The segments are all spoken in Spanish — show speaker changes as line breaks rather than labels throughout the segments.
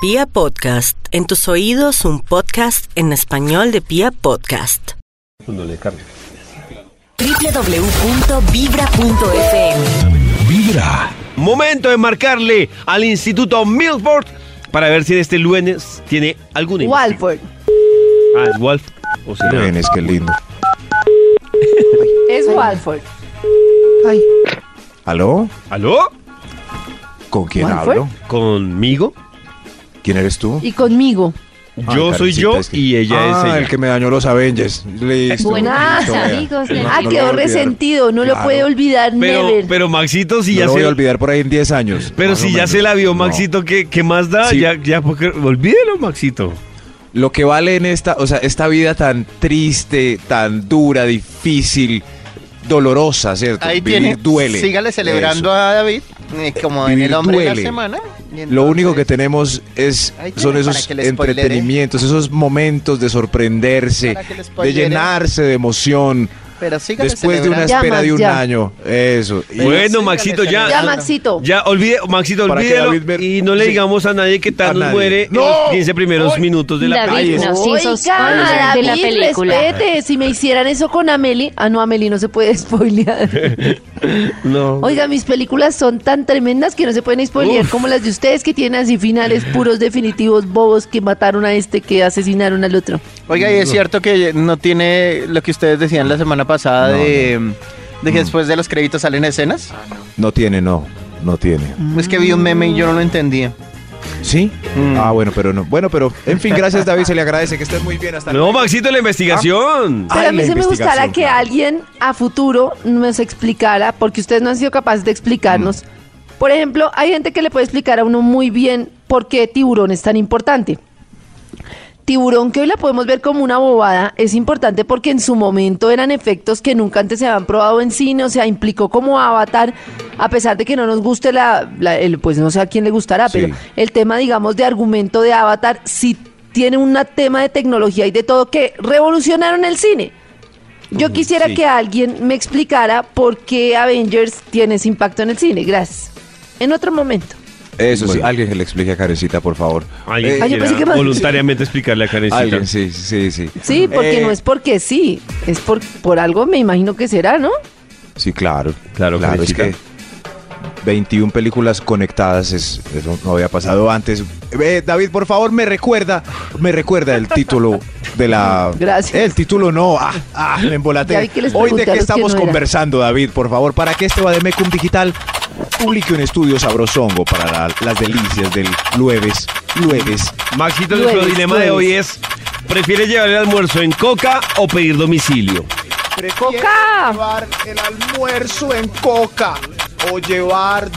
Pia Podcast, en tus oídos un podcast en español de Pia Podcast.
Cuando le descargue.
www.vibra.fm
Vibra.
Momento de marcarle al Instituto Milford para ver si de este lunes tiene alguna imagen.
Walford.
Ah, es Wolf. O sea,
Tienes que lindo.
Es Walford.
Ay. ¿Aló?
¿Aló?
¿Con quién
¿Cuál fue?
hablo?
¿Conmigo?
¿Quién eres tú?
Y conmigo.
yo
Ay,
soy
Ah, Karencita,
yo
es que-
y ella
ah,
es ella.
el que me dañó los Avengers. Listo.
Buenas,
listo, vea.
amigos,
ah,
No, no lo voy a
quedó
olvidar.
resentido. No lo
Claro.
puede olvidar,
Pero,
never.
pero Maxito, si
No
ya
lo voy
se...
a olvidar por ahí en 10 años.
Pero
más
si
o
ya
menos.
se la vio
No.
Maxito, ¿qué, qué más da?
Sí.
Ya, ya, porque... Olvídelo, Maxito.
Lo que vale en esta, o sea, esta vida tan triste, tan dura, difícil, dolorosa, ¿cierto?
Ahí
Vivir
tiene.
duele.
Sígale celebrando
Eso.
a David, eh, como en
Vivir
el hombre de
duele.
la semana. y
Lo único que
entonces-
tenemos es
Ahí tiene
son
para
esos
que le spoilere.
entretenimientos, esos momentos de sorprenderse,
Para que le
de
spoilere.
llenarse de emoción,
Pero sígale
Después de una
celebrando.
Ya,
espera de
Max,
un
ya.
año. Eso. Y-
Pero
bueno,
sígale
Maxito, ya...
celebrando.
ya, Maxito.
Ya, olvide, Maxito,
Para que
olvídelo
David ver-
y no le
Sí.
digamos a nadie que
A
Thanos
nadie.
muere en
¡No!
los 15 primeros minutos de la
David,
película.
no, sí, esos spoilers
Oiga,
de la
David,
película.
respete. Si me hicieran eso con Amelie. Ah, no, Amelie no se puede spoilear.
No.
Oiga, mis películas son tan tremendas que no se pueden spoilear
Uf.
como las de ustedes que tienen así finales puros, definitivos, bobos que mataron a este, que asesinaron al otro.
Oiga, y es cierto que no tiene lo que ustedes decían la semana pasada
No,
de, de que
Mm.
después de los créditos salen escenas.
No tiene, no. No tiene.
Es que vi un meme y yo no lo entendía.
¿Sí?
Mm.
Ah, bueno, pero no. Bueno, pero en fin, gracias David, se le agradece que estés muy bien hasta
No, Maxito, la investigación.
Pero
Ay,
a mí
la
se me gustara
investigación,
que
claro.
alguien a futuro nos explicara, porque ustedes no han sido capaces de explicarnos.
Mm.
Por ejemplo, hay gente que le puede explicar a uno muy bien por qué tiburón es tan importante. Tiburón, que hoy la podemos ver como una bobada, es importante porque en su momento eran efectos que nunca antes se habían probado en cine, o sea, implicó como Avatar, a pesar de que no nos guste la, la- el- pues no sé a quién le gustará,
Sí.
pero el tema, digamos, de argumento de Avatar, sí tiene un tema de tecnología y de todo que revolucionaron el cine. Yo quisiera
sí.
que alguien me explicara por qué Avengers tiene ese impacto en el cine. Gracias. En otro momento.
Eso sí,
Bueno.
alguien que le explique a Karencita, por favor.
Alguien
Eh,
Ay, yo
quiera
pensé que más-
voluntariamente explicarle a Karencita.
Alguien, sí, sí, sí.
Sí, porque
Eh,
no es porque sí, es por, por algo me imagino que será, ¿no?
Sí, claro.
Claro,
claro. Es
Karencita.
que 21 películas conectadas, es, eso no había pasado antes. Eh, David, por favor, me recuerda, me recuerda el título de la...
Gracias.
El título no, ah, ah, me embolaté.
Ya vi que les
Hoy de
preguntaron
qué
que
estamos
no era.
conversando, David, por favor, para que este Bademecum Digital publique un estudio sabrosongo para la- las delicias del lueves, lueves.
Maxito,
Lo
nuestro
eres,
dilema
lo
de hoy
pues.
es: ¿prefieres llevar el almuerzo en coca o pedir domicilio?
¡Coca!
llevar el almuerzo en coca o llevar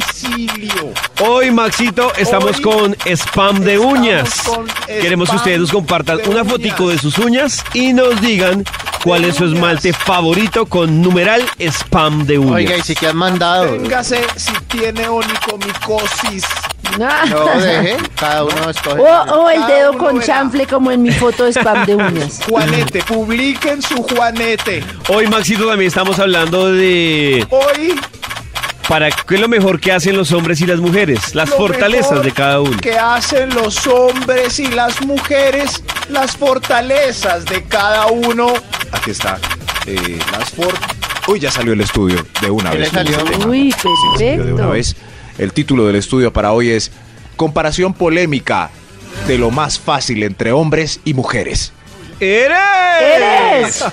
domicilio.
Hoy, Maxito, estamos
Hoy
con spam de
estamos
uñas.
con
Queremos que
spam
ustedes nos compartan
de
una
uñas.
fotico de sus uñas y nos digan cuál es su
uñas.
esmalte favorito con numeral spam de uñas.
Oiga, y si que han mandado.
Téngase si tiene onicomicosis.
Ah.
No, Ah, deje. Cada
Oh,
uno escoge.
O, o el
Cada
dedo
uno
con
verá.
chanfle como en mi foto de spam de uñas.
Mm.
Juanete, publiquen su Juanete.
Hoy, Maxito, también estamos hablando de
Hoy
para qué es lo mejor que hacen los hombres y las mujeres, las
lo
fortalezas
mejor
de cada uno.
Que hacen los hombres y las mujeres, las fortalezas de cada uno. Aquí está. eh, las for- Uy, ya salió el estudio de una
Ya
vez.
le salió.
Este tema.
Uy,
estudio de una
perfecto.
vez. El título del estudio para hoy es Comparación polémica de lo más fácil entre hombres y mujeres. Eh,
¡Eres!
¡Eres!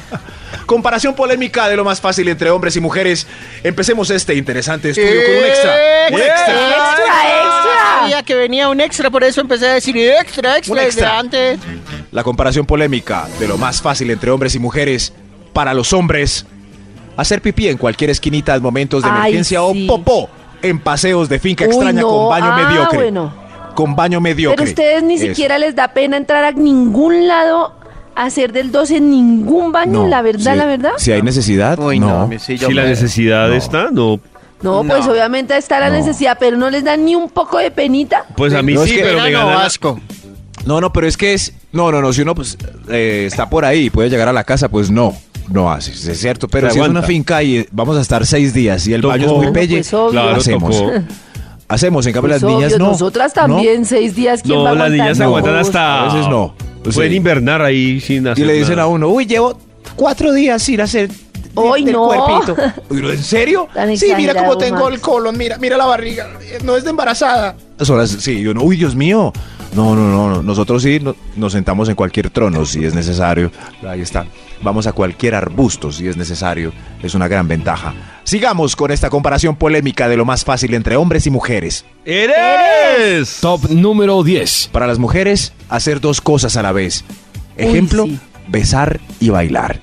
Comparación polémica de lo más fácil entre hombres y mujeres. Empecemos este interesante estudio con un extra. Un extra.
¡Extra, extra!
Sabía que venía un extra, por eso empecé a decir extra,
oh. Un
extra,
extra.
desde antes.
La comparación polémica de lo más fácil entre hombres y mujeres. Para los hombres, hacer pipí en cualquier esquinita en momentos de
Ay,
emergencia
sí.
o popó en paseos de finca
Uy,
extraña
no.
con baño
Ah,
mediocre.
bueno.
Con baño mediocre.
Pero ustedes ni
Eso.
siquiera les da pena entrar a ningún lado, a hacer del 12 en ningún baño,
No,
la verdad,
si-
la verdad.
Si hay necesidad,
Uy, no,
Ah, no.
mi silla
Si la
me-
necesidad
No.
está, no.
No,
No.
pues obviamente está la
No.
necesidad, pero no les da ni un poco de penita.
Pues a mí
No, es
sí,
que-
pero
Era
me
no
gana la-
asco.
No, no, pero es que es. No, no, no. Si uno pues, eh, está por ahí y puede llegar a la casa, pues no. No haces, es cierto. Pero
Se
si es
aguanta.
una finca y eh, vamos a estar seis días y el
Tocó.
baño es muy
Bueno,
pelle,
pues, obvio.
lo
Claro,
hacemos.
tocó.
hacemos. En cambio,
Pues
las niñas
obvio,
no.
Nosotras también, seis días. ¿quién va
No,
a
las
aguantar?
niñas
No.
aguantan hasta.
a veces no.
Pueden
Pues Sí.
invernar ahí sin
Y
hacer.
le dicen
nada.
a uno, uy, llevo cuatro días sin hacer
¡Ay,
del
no!
cuerpito. Uy, ¿En serio?
Tan
sí, mira
exagerado,
cómo tengo
Max.
el colon, mira, mira la barriga, eh, no es de embarazada. Las horas, sí, yo no, uy, Dios mío. No, no, no, no, nosotros sí no- nos sentamos en cualquier trono si es necesario. Ahí está. Vamos a cualquier arbusto si es necesario. Es una gran ventaja. Sigamos con esta comparación polémica de lo más fácil entre hombres y mujeres.
¡Eres!
Top número 10.
Para las mujeres, hacer dos cosas a la vez. Ejemplo,
sí.
besar y bailar.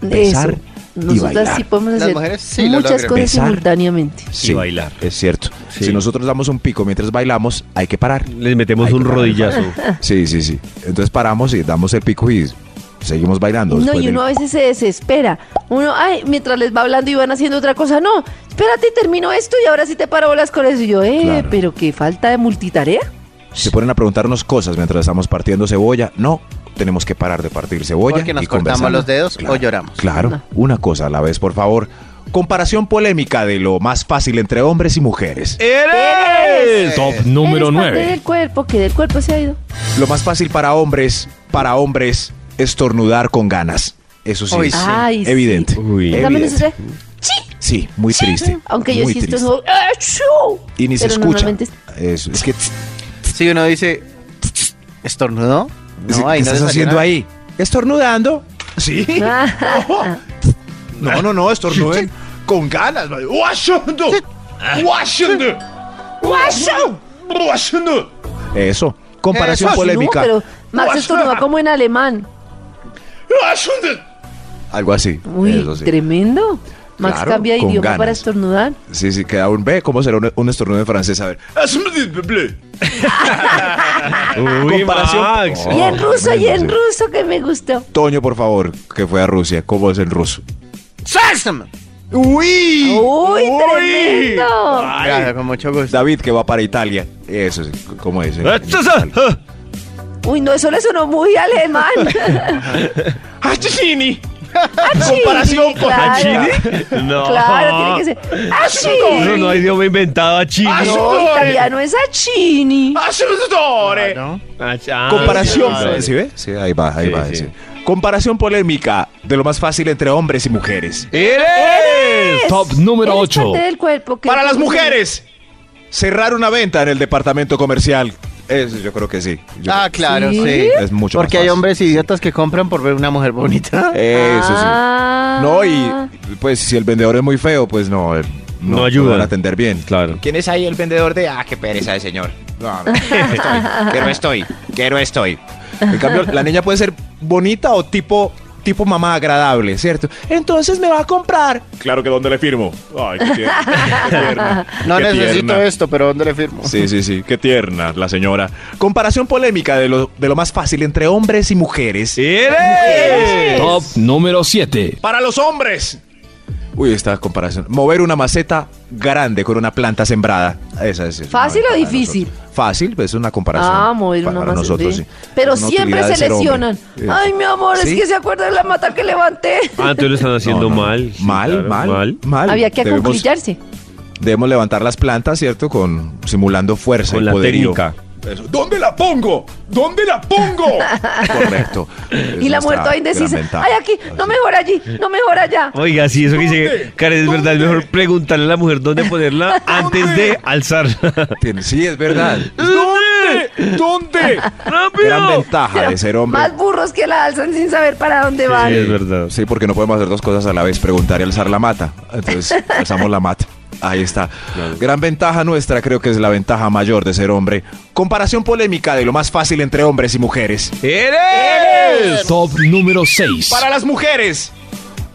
Besar
Eso.
y
Nosotras
bailar.
sí podemos
Las
hacer
mujeres sí lo
muchas
logran.
cosas
Besar.
simultáneamente.
Y bailar.
Es cierto.
Sí.
Si nosotros damos un pico mientras bailamos, hay que parar.
Les metemos
Ay,
un
qué raro.
rodillazo.
Ah.
Sí, sí, sí. Entonces paramos y damos el pico y seguimos bailando.
No,
después
y
del-
uno a veces se desespera. Uno, ay, mientras les va hablando y van haciendo otra cosa, no, espérate, termino esto y ahora sí te paro bolas con eso. Y yo, eh,
Claro.
pero qué falta de multitarea.
Se ponen a preguntarnos cosas mientras estamos partiendo cebolla. No, tenemos que parar de partir cebolla.
Porque nos
y
cortamos
conversando.
los dedos o lloramos.
Claro,
No.
una cosa a la vez, por favor. Comparación polémica de lo más fácil entre hombres y mujeres.
Eh.
¡Eres!
Top
Eres
número
Parte
9.
del cuerpo, que del cuerpo se ha ido.
Lo más fácil para hombres, para hombres, estornudar con ganas. Eso sí,
Uy,
es
sí.
Ay, sí.
evidente.
Uy.
Evidente.
También eso se-
Sí, muy triste.
Aunque yo
muy
sí esto
triste.
no. ¡Achú!
Y ni se
Pero
escucha.
normalmente-
Eso, es que
Si uno dice estornudó,
Sí,
no, ahí
¿Qué estás
no desayuna.
haciendo ahí? ¿Estornudando? Sí. Ah, No, no, no, estornuden con ganas. ¡Washington! ¡Washington! ¡Washington! ¡Washington! Eso. Comparación
Eso,
polémica.
No, pero Max estornuda como en alemán.
¡Washington! Algo así.
Uy,
Eso sí.
tremendo. Max
Claro,
cambia de
con
idioma para
ganas.
estornudar.
Sí, sí, queda un B. ¿Cómo será un, un estornudo en francés? A ver.
Uy,
Comparación.
Max.
Oh,
y en ruso, y en
tremendo,
ruso, que me gustó.
Toño, por favor, que fue a Rusia. ¿Cómo es en ruso?
¡Sésamo!
¡Uy!
¡Uy, tremendo!
Claro, con mucho gusto.
David, que va para Italia. Eso sí, ¿cómo es? en- en
Esto es- ah,
Italia?
ah.
Uy, no, eso le sonó muy alemán.
¡Hachini!
Comparación con
¿Hachini? No.
Claro, tiene que ser.
Eso no hay
¡Achini!
idioma inventado, Hachini.
No, italiano es achini.
Claro.
Ah,
Comparación.
sí, sí.
¿Sí ve? Sí, ahí va, ahí
Sí,
va.
sí.
sí. Comparación polémica de lo más fácil entre hombres y mujeres.
¡Eres!
Top número
Eres
8.
parte del cuerpo que-
Para las mujeres, cerrar una venta en el departamento comercial. Eso yo creo que sí. Yo
Ah,
creo
claro,
Sí.
sí.
que Es mucho más
Porque hay
fácil.
hombres idiotas que compran por ver una mujer bonita.
Eso sí.
Ah.
No, y pues si el vendedor es muy feo, pues no. eh,
No ayuda.
van a atender bien.
Claro.
¿Quién es ahí el vendedor de.? Ah, qué pereza de señor. No, no, estoy. Que no estoy. Que no estoy. En cambio, la niña puede ser bonita o tipo, tipo mamá agradable, ¿cierto? Entonces me va a comprar. Claro que ¿dónde le firmo? Ay, qué tierna. qué tierna,
No
qué
necesito
tierna.
esto, pero ¿dónde le firmo?
Sí, sí, sí. Qué tierna la señora. Comparación polémica de lo, de lo más fácil entre hombres y mujeres.
¡Eres!
Top número 7.
Para los hombres. Uy, esta comparación. Mover una maceta grande con una planta sembrada. Esa es. es una
¿Fácil o
ventaja de
difícil?
nosotros. Fácil, pues es una comparación.
Ah, mover
para
una más.
nosotros,
ve.
sí.
Pero
Es una
siempre
utilidad de
se
ser hombre.
lesionan.
Sí.
Ay, mi amor,
¿Sí?
es que se acuerda de la mata que levanté.
Ah, entonces lo están haciendo
No, no, no.
mal. Sí,
mal,
claro,
mal, mal,
Había que
Debemos-
acunclillarse.
Debemos levantar las plantas, ¿cierto? Con simulando fuerza
Con
y
la
poderío.
técnica.
Eso. ¿Dónde la pongo? ¿Dónde la pongo? Correcto. Es
Y la
nuestra
muerta ahí indecisa.
gran ventaja.
Ay, aquí, no mejor allí, no mejor allá.
Oiga, sí, eso que dice Karen es verdad. Es mejor preguntarle a la mujer dónde ponerla antes de alzarla.
Tiene- Sí, es verdad.
¿Dónde? ¿Dónde?
Gran
¡Rápido!
ventaja de ser hombre.
Más burros que la alzan sin saber para dónde
Sí,
van.
es verdad.
Sí, porque no podemos hacer dos cosas a la vez, preguntar y alzar la mata. Entonces, alzamos la mata. Ahí está. Gran ventaja nuestra, creo que es la ventaja mayor de ser hombre. Comparación polémica de lo más fácil entre hombres y mujeres.
¡Eres!
Top número 6.
Para las mujeres,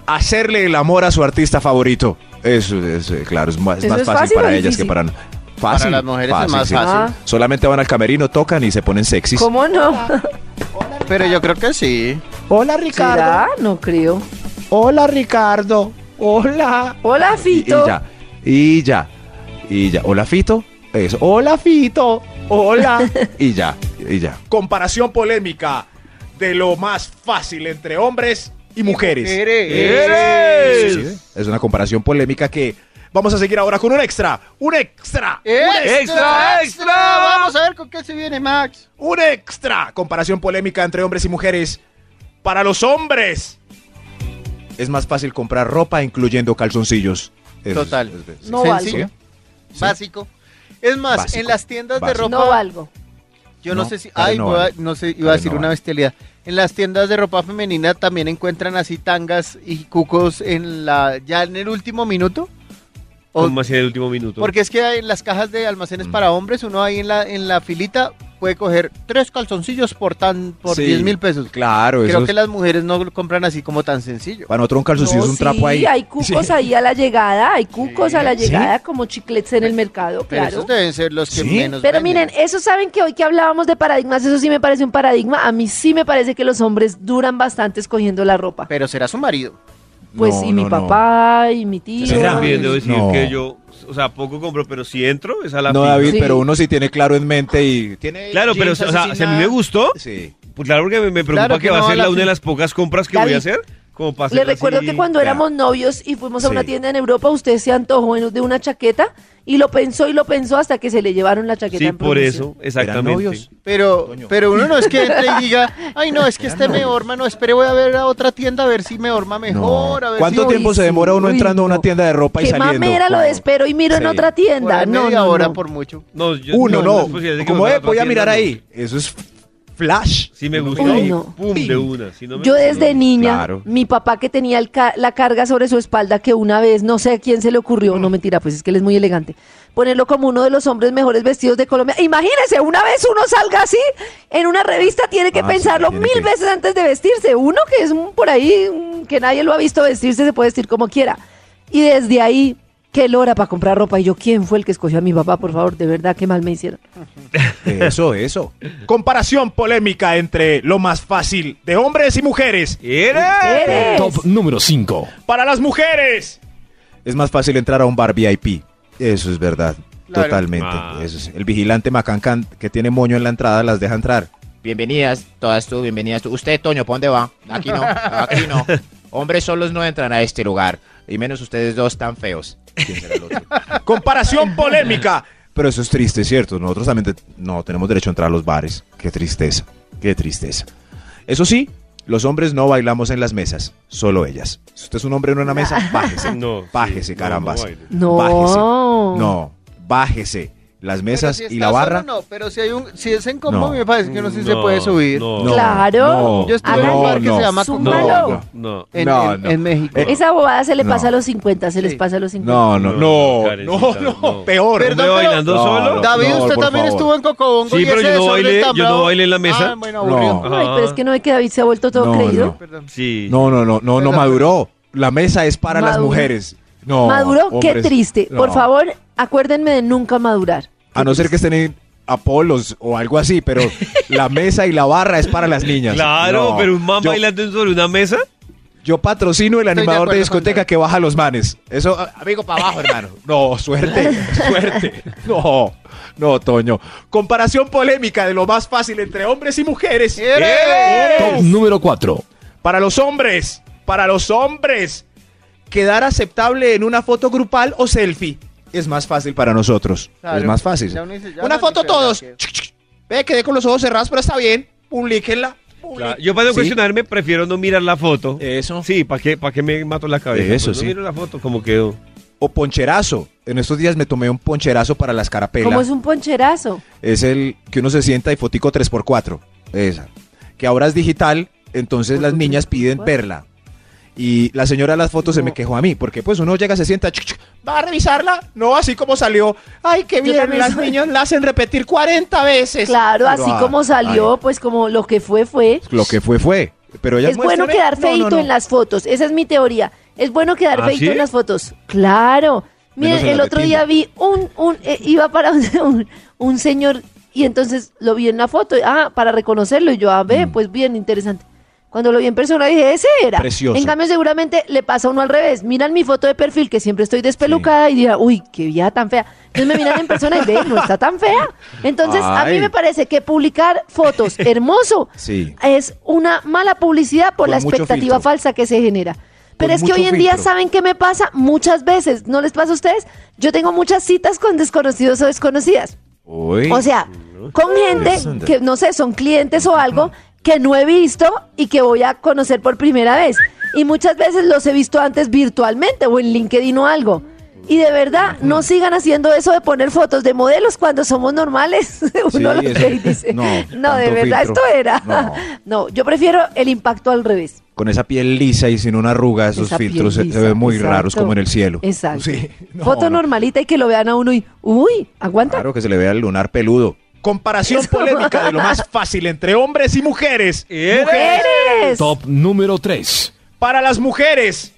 hacerle el amor a su artista favorito. Eso es, eh, claro, es más,
¿Eso
más
es
fácil,
fácil o
para ellas
difícil?
que para... no- Fácil,
Para las mujeres es más
sí.
fácil.
Ah.
Solamente van al camerino, tocan y se ponen sexys.
¿Cómo no?
Pero yo creo que sí.
Hola Ricardo.
¿Será? No creo.
Hola Ricardo. Hola.
Hola,
Y, y
Fito.
ya, y ya, y ya. Hola, Fito. Eso.
Hola Fito. Hola.
Y ya, y ya. Comparación polémica de lo más fácil entre hombres y mujeres.
Eres.
Sí, sí, sí. Es una comparación polémica que Vamos a seguir ahora con un extra. Un extra.
Eh.
¡Extra, extra!
Vamos a ver con qué se viene, Max.
Un extra. Comparación polémica entre hombres y mujeres. Para los hombres. Es más fácil comprar ropa incluyendo calzoncillos. Es-
Total.
es- es-
No
Sencillo,
valgo.
Sí.
básico. Es más,
Básico,
en las tiendas
básico.
de ropa,
No valgo.
yo no,
No,
sé si,
Karen
ay,
no
voy a-
vale.
no sé, iba
Karen
a decir
no
una
vale.
bestialidad. En las tiendas de ropa femenina también encuentran así tangas y cucos en la, ya en el último minuto. O-
¿Cómo así en el último minuto?
porque es que hay en las cajas de almacenes
Mm.
para hombres, uno ahí en la, en la filita puede coger tres calzoncillos por tan, por
Sí.
10 mil pesos.
Claro, eso
Creo
es-
que las mujeres no lo compran así como tan sencillo.
Para nosotros un calzoncillo
No,
es un trapo
sí,
ahí.
hay cucos ahí a la llegada, hay cucos a la
¿Sí?
llegada, como chicletes en el mercado,
Pero
claro.
esos deben ser los que
Sí.
menos
Pero
venden.
miren, eh, eso saben que hoy que hablábamos de paradigmas, eso sí me parece un paradigma. A mí sí me parece que los hombres duran bastante escogiendo la ropa.
Pero será su marido.
Pues
No,
y mi
no, no.
papá, y mi tío.
Yo
¿Será?
también debo decir
No.
que yo, o sea, poco compro, pero si entro es a la
No,
fija.
David,
Sí.
pero uno sí tiene claro en mente y tiene.
Claro, pero o sea,
Jeans
si a mí
asesinada.
me gustó,
Sí.
pues claro porque me, me preocupa
Claro
que,
que
va
no,
a ser
la
la una de
fin-
las pocas compras que voy
David,
a hacer. Como para
Les
hacerla
recuerdo
así,
que cuando
ya.
éramos novios y fuimos a una
Sí.
tienda en Europa, usted se antojó en- de una chaqueta y lo pensó y lo pensó hasta que se le llevaron la chaqueta.
Sí,
en
por
promoción.
eso, exactamente.
novios?
Pero,
Toño.
pero uno no es que entre y diga, ay no, es que este me orma, no, espere, voy a ver a otra tienda a ver si me orma mejor, a ver
¿Cuánto
si
tiempo se demora uno
Uy,
entrando a una
no.
tiempo? tienda de ropa y
Qué
saliendo?
mamera lo de espero y miro en
Sí.
otra
Por ahí
tienda. No,
media
no,
hora
no.
por mucho.
No, yo-
Uno,
no, pues,
no.
es posibilidad de que
Como
me
eh,
otra
voy a mirar
tienda, no.
ahí. Eso es flash.
Si me gustó,
Uy, no.
pum, de una. Si no me
Yo
gustó,
desde
no.
niña,
claro.
mi papá que tenía el ca- la carga sobre su espalda, que una vez, no sé a quién se le ocurrió, no mentira, pues es que él es muy elegante, ponerlo como uno de los hombres mejores vestidos de Colombia. Imagínese, una vez uno salga así, en una revista tiene que
Ah, sí,
pensarlo
tiene
mil
que-
veces antes de vestirse. Uno que es un- por ahí, un- que nadie lo ha visto vestirse, se puede vestir como quiera. Y desde ahí, qué lora para comprar ropa. Y yo, ¿quién fue el que escogió a mi papá? Por favor, de verdad, qué mal me hicieron.
Eso, eso. Comparación polémica entre lo más fácil de hombres y mujeres.
¡Era!
Eres.
Top número 5.
¡Para las mujeres! Es más fácil entrar a un bar VIP. Eso es verdad.
Claro.
Totalmente.
Ah.
Eso sí. El vigilante Macancan que tiene moño en la entrada las deja entrar.
Bienvenidas, todas tú, bienvenidas tú. Usted, Toño, ¿pa' dónde va? Aquí no, aquí no. Hombres solos no entran a este lugar. Y menos ustedes dos tan feos. ¿Quién será el otro?
Comparación polémica. Pero eso es triste, ¿cierto? Nosotros también te- no tenemos derecho a entrar a los bares. Qué tristeza, qué tristeza. Eso sí, los hombres no bailamos en las mesas, solo ellas. Si usted es un hombre en una mesa, bájese.
No, sí,
Bájese,
no,
carambas.
no baile.
No.
Bájese. No, bájese. Las
Pero
mesas
si
y
está
la barra.
solo, no, pero si, hay un, si es en combo,
No.
me parece que no sé si se
No,
puede subir.
No,
No,
Claro.
Yo estuve en
Hágale.
un bar que
No,
se llama
súmalo.
Combo
no, no.
en,
No,
en-
no.
en México.
Eh,
Esa bobada se le
No.
pasa a los 50, se les
Sí.
pasa a los 50.
No, no,
No,
no,
Karencita,
no, no,
no.
peor.
Perdón,
¿Me
pero-
bailando
No,
solo?
no.
David, usted
por
también
favor.
estuvo en Cocobongo.
Sí,
y
pero
ese
yo no
desorden
bailé-
tan
yo no
bravo.
bailé en la mesa.
Ah, bueno,
No.
aburrido. Ah,
Ay, pero es que no ve que David se ha vuelto todo
Ah. No,
creído.
Perdón.
Sí.
No, no, no, no, no
Perdón.
maduró. La mesa es para las
Maduró.
mujeres. No,
Maduro, qué
hombres,
triste.
no.
Por favor, acuérdenme de nunca madurar.
A no ser que estén en Apolos o algo así, pero la mesa y la barra es para las niñas.
Claro,
No,
pero un man
yo,
bailando sobre una mesa.
Yo patrocino el
Estoy de
animador de,
acuerdo con
discoteca
Dani.
que baja los manes. Eso, a- amigo, para abajo, hermano. No, suerte, suerte. No, no, Toño. Comparación polémica de lo más fácil entre hombres y mujeres. Eh,
Top número 4.
Para los hombres, para los hombres, quedar aceptable en una foto grupal o selfie es más fácil para nosotros.
Claro.
Es más fácil.
Ya uno dice, ya
una
no
foto
dice,
todos.
¿verdad?
Ve, quedé con los ojos cerrados, pero está bien. Publíquenla.
Claro, Yo para no
Sí.
cuestionarme prefiero no mirar la foto.
Eso.
Sí, ¿para qué, ¿para qué me mato la cabeza?
Eso,
Pues no
sí.
miro la foto como quedó.
O poncherazo. En estos días me tomé un poncherazo para la escarapela.
Como es un poncherazo.
es el que uno se sienta y fotico 3x4. Esa. Que ahora es digital, entonces las niñas piden perla. Y la señora de las fotos se me
No.
quejó a mí, porque pues uno llega, se sienta, chuc, chuc, va a revisarla, no así como salió. Ay, qué
Yo
bien,
también
las
soy.
niñas la hacen repetir 40 veces.
Claro,
Pero,
así
ah, pues,
como salió, pues como lo que fue, fue.
Lo que fue, fue. Pero ella
Es bueno
muéstrame.
quedar
No, no,
feito
no.
en las fotos. Esa es mi teoría. Es bueno quedar
¿Ah,
feito
sí?
en las fotos. Claro.
Menos
Miren,
en
el
las de
otro día
Tinder.
vi un, un eh, iba para donde un, un señor y entonces lo vi en la foto. Ah, para reconocerlo. Y yo, a
Mm.
ver, pues bien, interesante. Cuando lo vi en persona dije, ese era.
Precioso.
En cambio, seguramente le pasa a uno al revés. Miran mi foto de perfil, que siempre estoy despelucada, y dirán, uy, qué vieja tan fea. Entonces me miran en persona y ven, no está tan fea. Entonces, a mí
Ay.
me parece que publicar fotos hermoso
Sí.
es una mala publicidad por
Con
la
mucho
expectativa
filtro.
falsa que se genera. Pero es que hoy en día, ¿saben qué me pasa? Muchas veces, ¿no les pasa a ustedes? Yo tengo muchas citas con desconocidos o desconocidas.
Uy.
O sea, con gente que, no sé, son clientes o algo que no he visto y que voy a conocer por primera vez. Y muchas veces los he visto antes virtualmente o en LinkedIn o algo. Y de verdad, no sigan haciendo eso de poner fotos de modelos cuando somos normales. Uno
Sí,
los
eso-
ve y dice,
no,
no, de
tanto
verdad
filtro.
esto era.
No.
No. yo prefiero el impacto al revés.
con esa piel lisa y sin una arruga, esos
Esa piel
filtros se- se
lisa,
ven muy
exacto.
raros como en el cielo.
Exacto.
Sí, no,
Foto
no.
normalita y que lo vean a uno y, uy, aguanta.
Claro que se le vea el lunar peludo. Comparación polémica de lo más fácil entre hombres y mujeres.
¡Mujeres!
Top número 3.
Para las mujeres.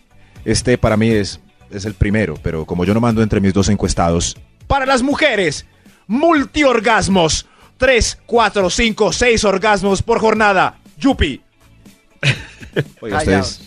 Este para mí es, es el primero, pero como yo no mando entre mis dos encuestados. Para las mujeres, multiorgasmos. 3, 4, 5, 6 orgasmos por jornada. Yupi. Oiga, ustedes.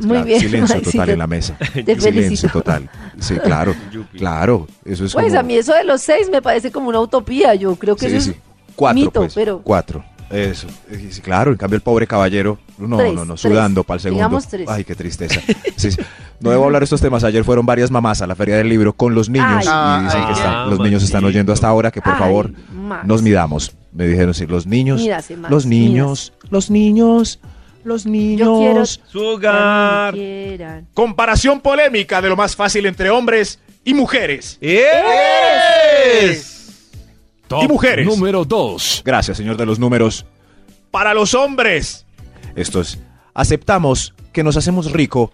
Muy bien,
Silencio
Maxito.
total en la mesa.
Te
silencio
felicito.
total. Sí, claro. claro. Eso es
Pues
como-
a mí eso de los seis me parece como una utopía. Yo creo que
Sí,
eso
sí.
es
Cuatro,
mito,
pues.
pero-
Cuatro. Eso. Sí, sí, claro, en cambio el pobre caballero, no,
Tres,
no, no,
tres.
sudando para el segundo.
Digamos tres.
Ay, qué tristeza. Sí, sí. No debo hablar de estos temas. Ayer fueron varias mamás a la feria del libro con los niños
Ay.
y dicen que
Ay,
están-
ah,
los niños están
maldito.
oyendo hasta ahora que por
Ay,
favor
Max.
nos midamos. Me dijeron sí, los niños,
Mírase, Max,
los niños, los niños, los niños.
Yo quiero-
Su
cuando
hogar.
quieran.
Comparación polémica de lo más fácil entre hombres y mujeres.
¡Es!
Top
Y mujeres.
número 2.
Gracias, señor de los números. Para los hombres. Esto es, aceptamos que nos hacemos rico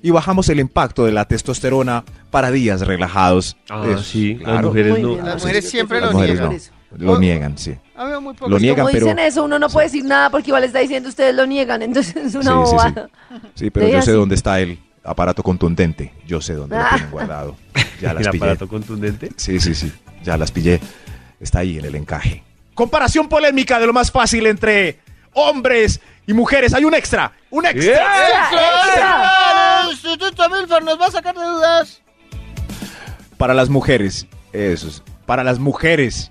y bajamos el impacto de la testosterona para días relajados.
Ah,
Eso,
sí, las
claro.
mujeres
Muy
no. Ah,
bien,
Las
Maxito,
mujeres
yo
siempre
creo
Las
que
lo
mujeres
niegan.
por
no.
eso.
Lo niegan, sí.
Ha habido muy
Lo
pocos.
niegan,
Como dicen
pero-
eso, uno no puede decir nada porque igual está diciendo ustedes lo niegan, entonces es
Sí,
una
sí, sí.
bobada.
Sí, pero
Sí,
yo sé
así.
dónde está el aparato contundente. Yo sé dónde lo tienen guardado. Ya
El
las pillé.
aparato contundente.
Sí, sí, sí. Ya las pillé. Está ahí en el encaje.
Comparación polémica de lo más fácil entre hombres y mujeres. Hay un extra, un extra.
¡Extra!
¡Ah, Instituto Milford nos va a sacar de dudas.
Para las mujeres. Eso es. Para las mujeres.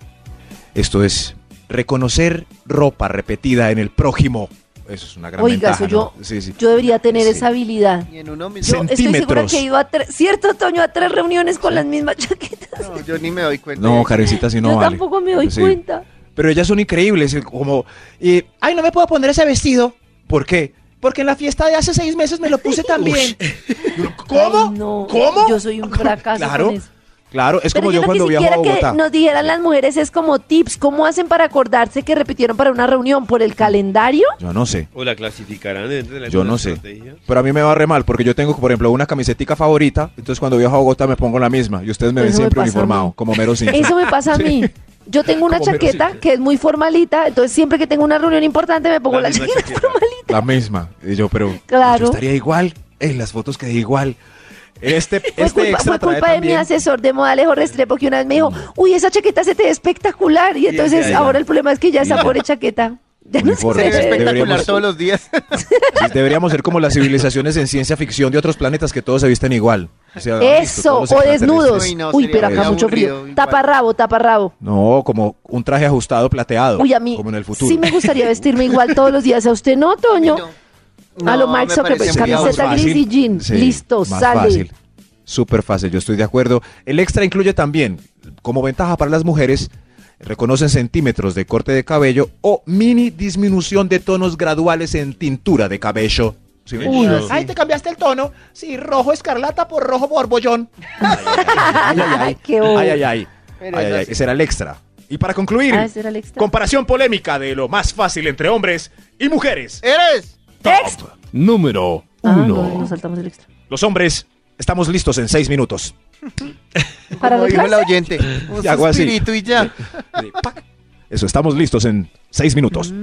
Esto es reconocer ropa repetida en el prójimo. Eso es una gran
Oiga,
ventaja.
eso yo,
¿no? Sí, sí.
yo debería tener
Sí.
esa habilidad.
Y en uno
Yo
mismo.
estoy segura
Centímetros.
que he ido a tres, cierto Toño, a tres reuniones con las mismas chaquetas.
No, yo ni me doy cuenta.
No, Karencita, si no
yo
vale.
tampoco me doy
Sí.
cuenta.
Pero ellas son increíbles. el- Como, eh,
Ay, no me puedo poner ese vestido.
¿por qué?
Porque en la fiesta de hace seis meses me lo puse también.
¿Cómo? ¿Cómo? Yo soy un fracaso
Claro.
con eso.
Claro, es
Pero
como
yo
yo
lo
cuando
que
viajo
siquiera
a Bogotá.
que nos dijeran las mujeres es como tips, ¿cómo hacen para acordarse que repitieron para una reunión? ¿Por el calendario?
Yo no sé.
O la clasificarán dentro de la
Yo no sé.
estrategia.
Pero a mí me va re mal porque yo tengo, por ejemplo, una camisetica favorita. Entonces, cuando viajo a Bogotá me pongo la misma. Y ustedes me ven
Eso me pasa
siempre
a mí.
uniformado, como mero Simpson.
Eso me pasa a
Sí.
mí. Yo tengo una
Como Homero
chaqueta
Simpson.
que es muy formalita, entonces siempre que tengo una reunión importante me pongo
La
la,
misma
chaqueta
chaqueta.
formalita.
La misma. Y yo, pero
Claro.
yo estaría igual. En las fotos quedé igual. Este,
Fue
este
culpa,
extra
fue
trae
culpa de mi
también-
asesor de moda Alejo Restrepo que una vez me dijo, uy, esa chaqueta se te ve espectacular. Y entonces
ya, ya.
ahora el problema es que ya esa
Mira.
pobre chaqueta ya no se
Uniforme.
Se ve
ve.
espectacular
Deberíamos-
todos los días.
Sí, pues, deberíamos ser como las civilizaciones en ciencia ficción de otros planetas que todos se visten igual. O sea, listo,
Eso,
todos los
o
extraterrestres.
desnudos.
Uy, no,
uy,
sería
pero acá
muy
mucho frío.
aburrido, igual.
Taparrabo, taparrabo.
No, como un traje ajustado, plateado.
Uy, a mí
Como en el futuro.
sí me gustaría vestirme igual todos los días. ¿A usted no, Toño?
No,
a lo
me
Mark Zuckerberg,
Pues
parece muy
camiseta
aburrido.
gris y jean.
Sí,
Listo,
más
sale.
fácil. Súper fácil, yo estoy de acuerdo. El extra incluye también, como ventaja para las mujeres, reconocen centímetros de corte de cabello o mini disminución de tonos graduales en tintura de cabello. Sí,
Uy, no.
Ay, te cambiaste el tono. Sí, rojo escarlata por rojo borbollón.
Ay, qué bobo.
ay, ay, ay.
Pero
Ay, ay,
eso
ay,
sí.
Ese era el extra. Y para concluir,
Ah, ese era el extra.
Comparación polémica de lo más fácil entre hombres y mujeres.
Eres.
Top número
Ah, no, nos
1.
saltamos el extra.
los hombres estamos listos en seis minutos.
Para
Como dijo
arreglarse.
la oyente. Un
Y hago así.
suspirito y ya.
Eso, estamos listos en seis minutos.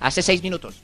Hace seis minutos.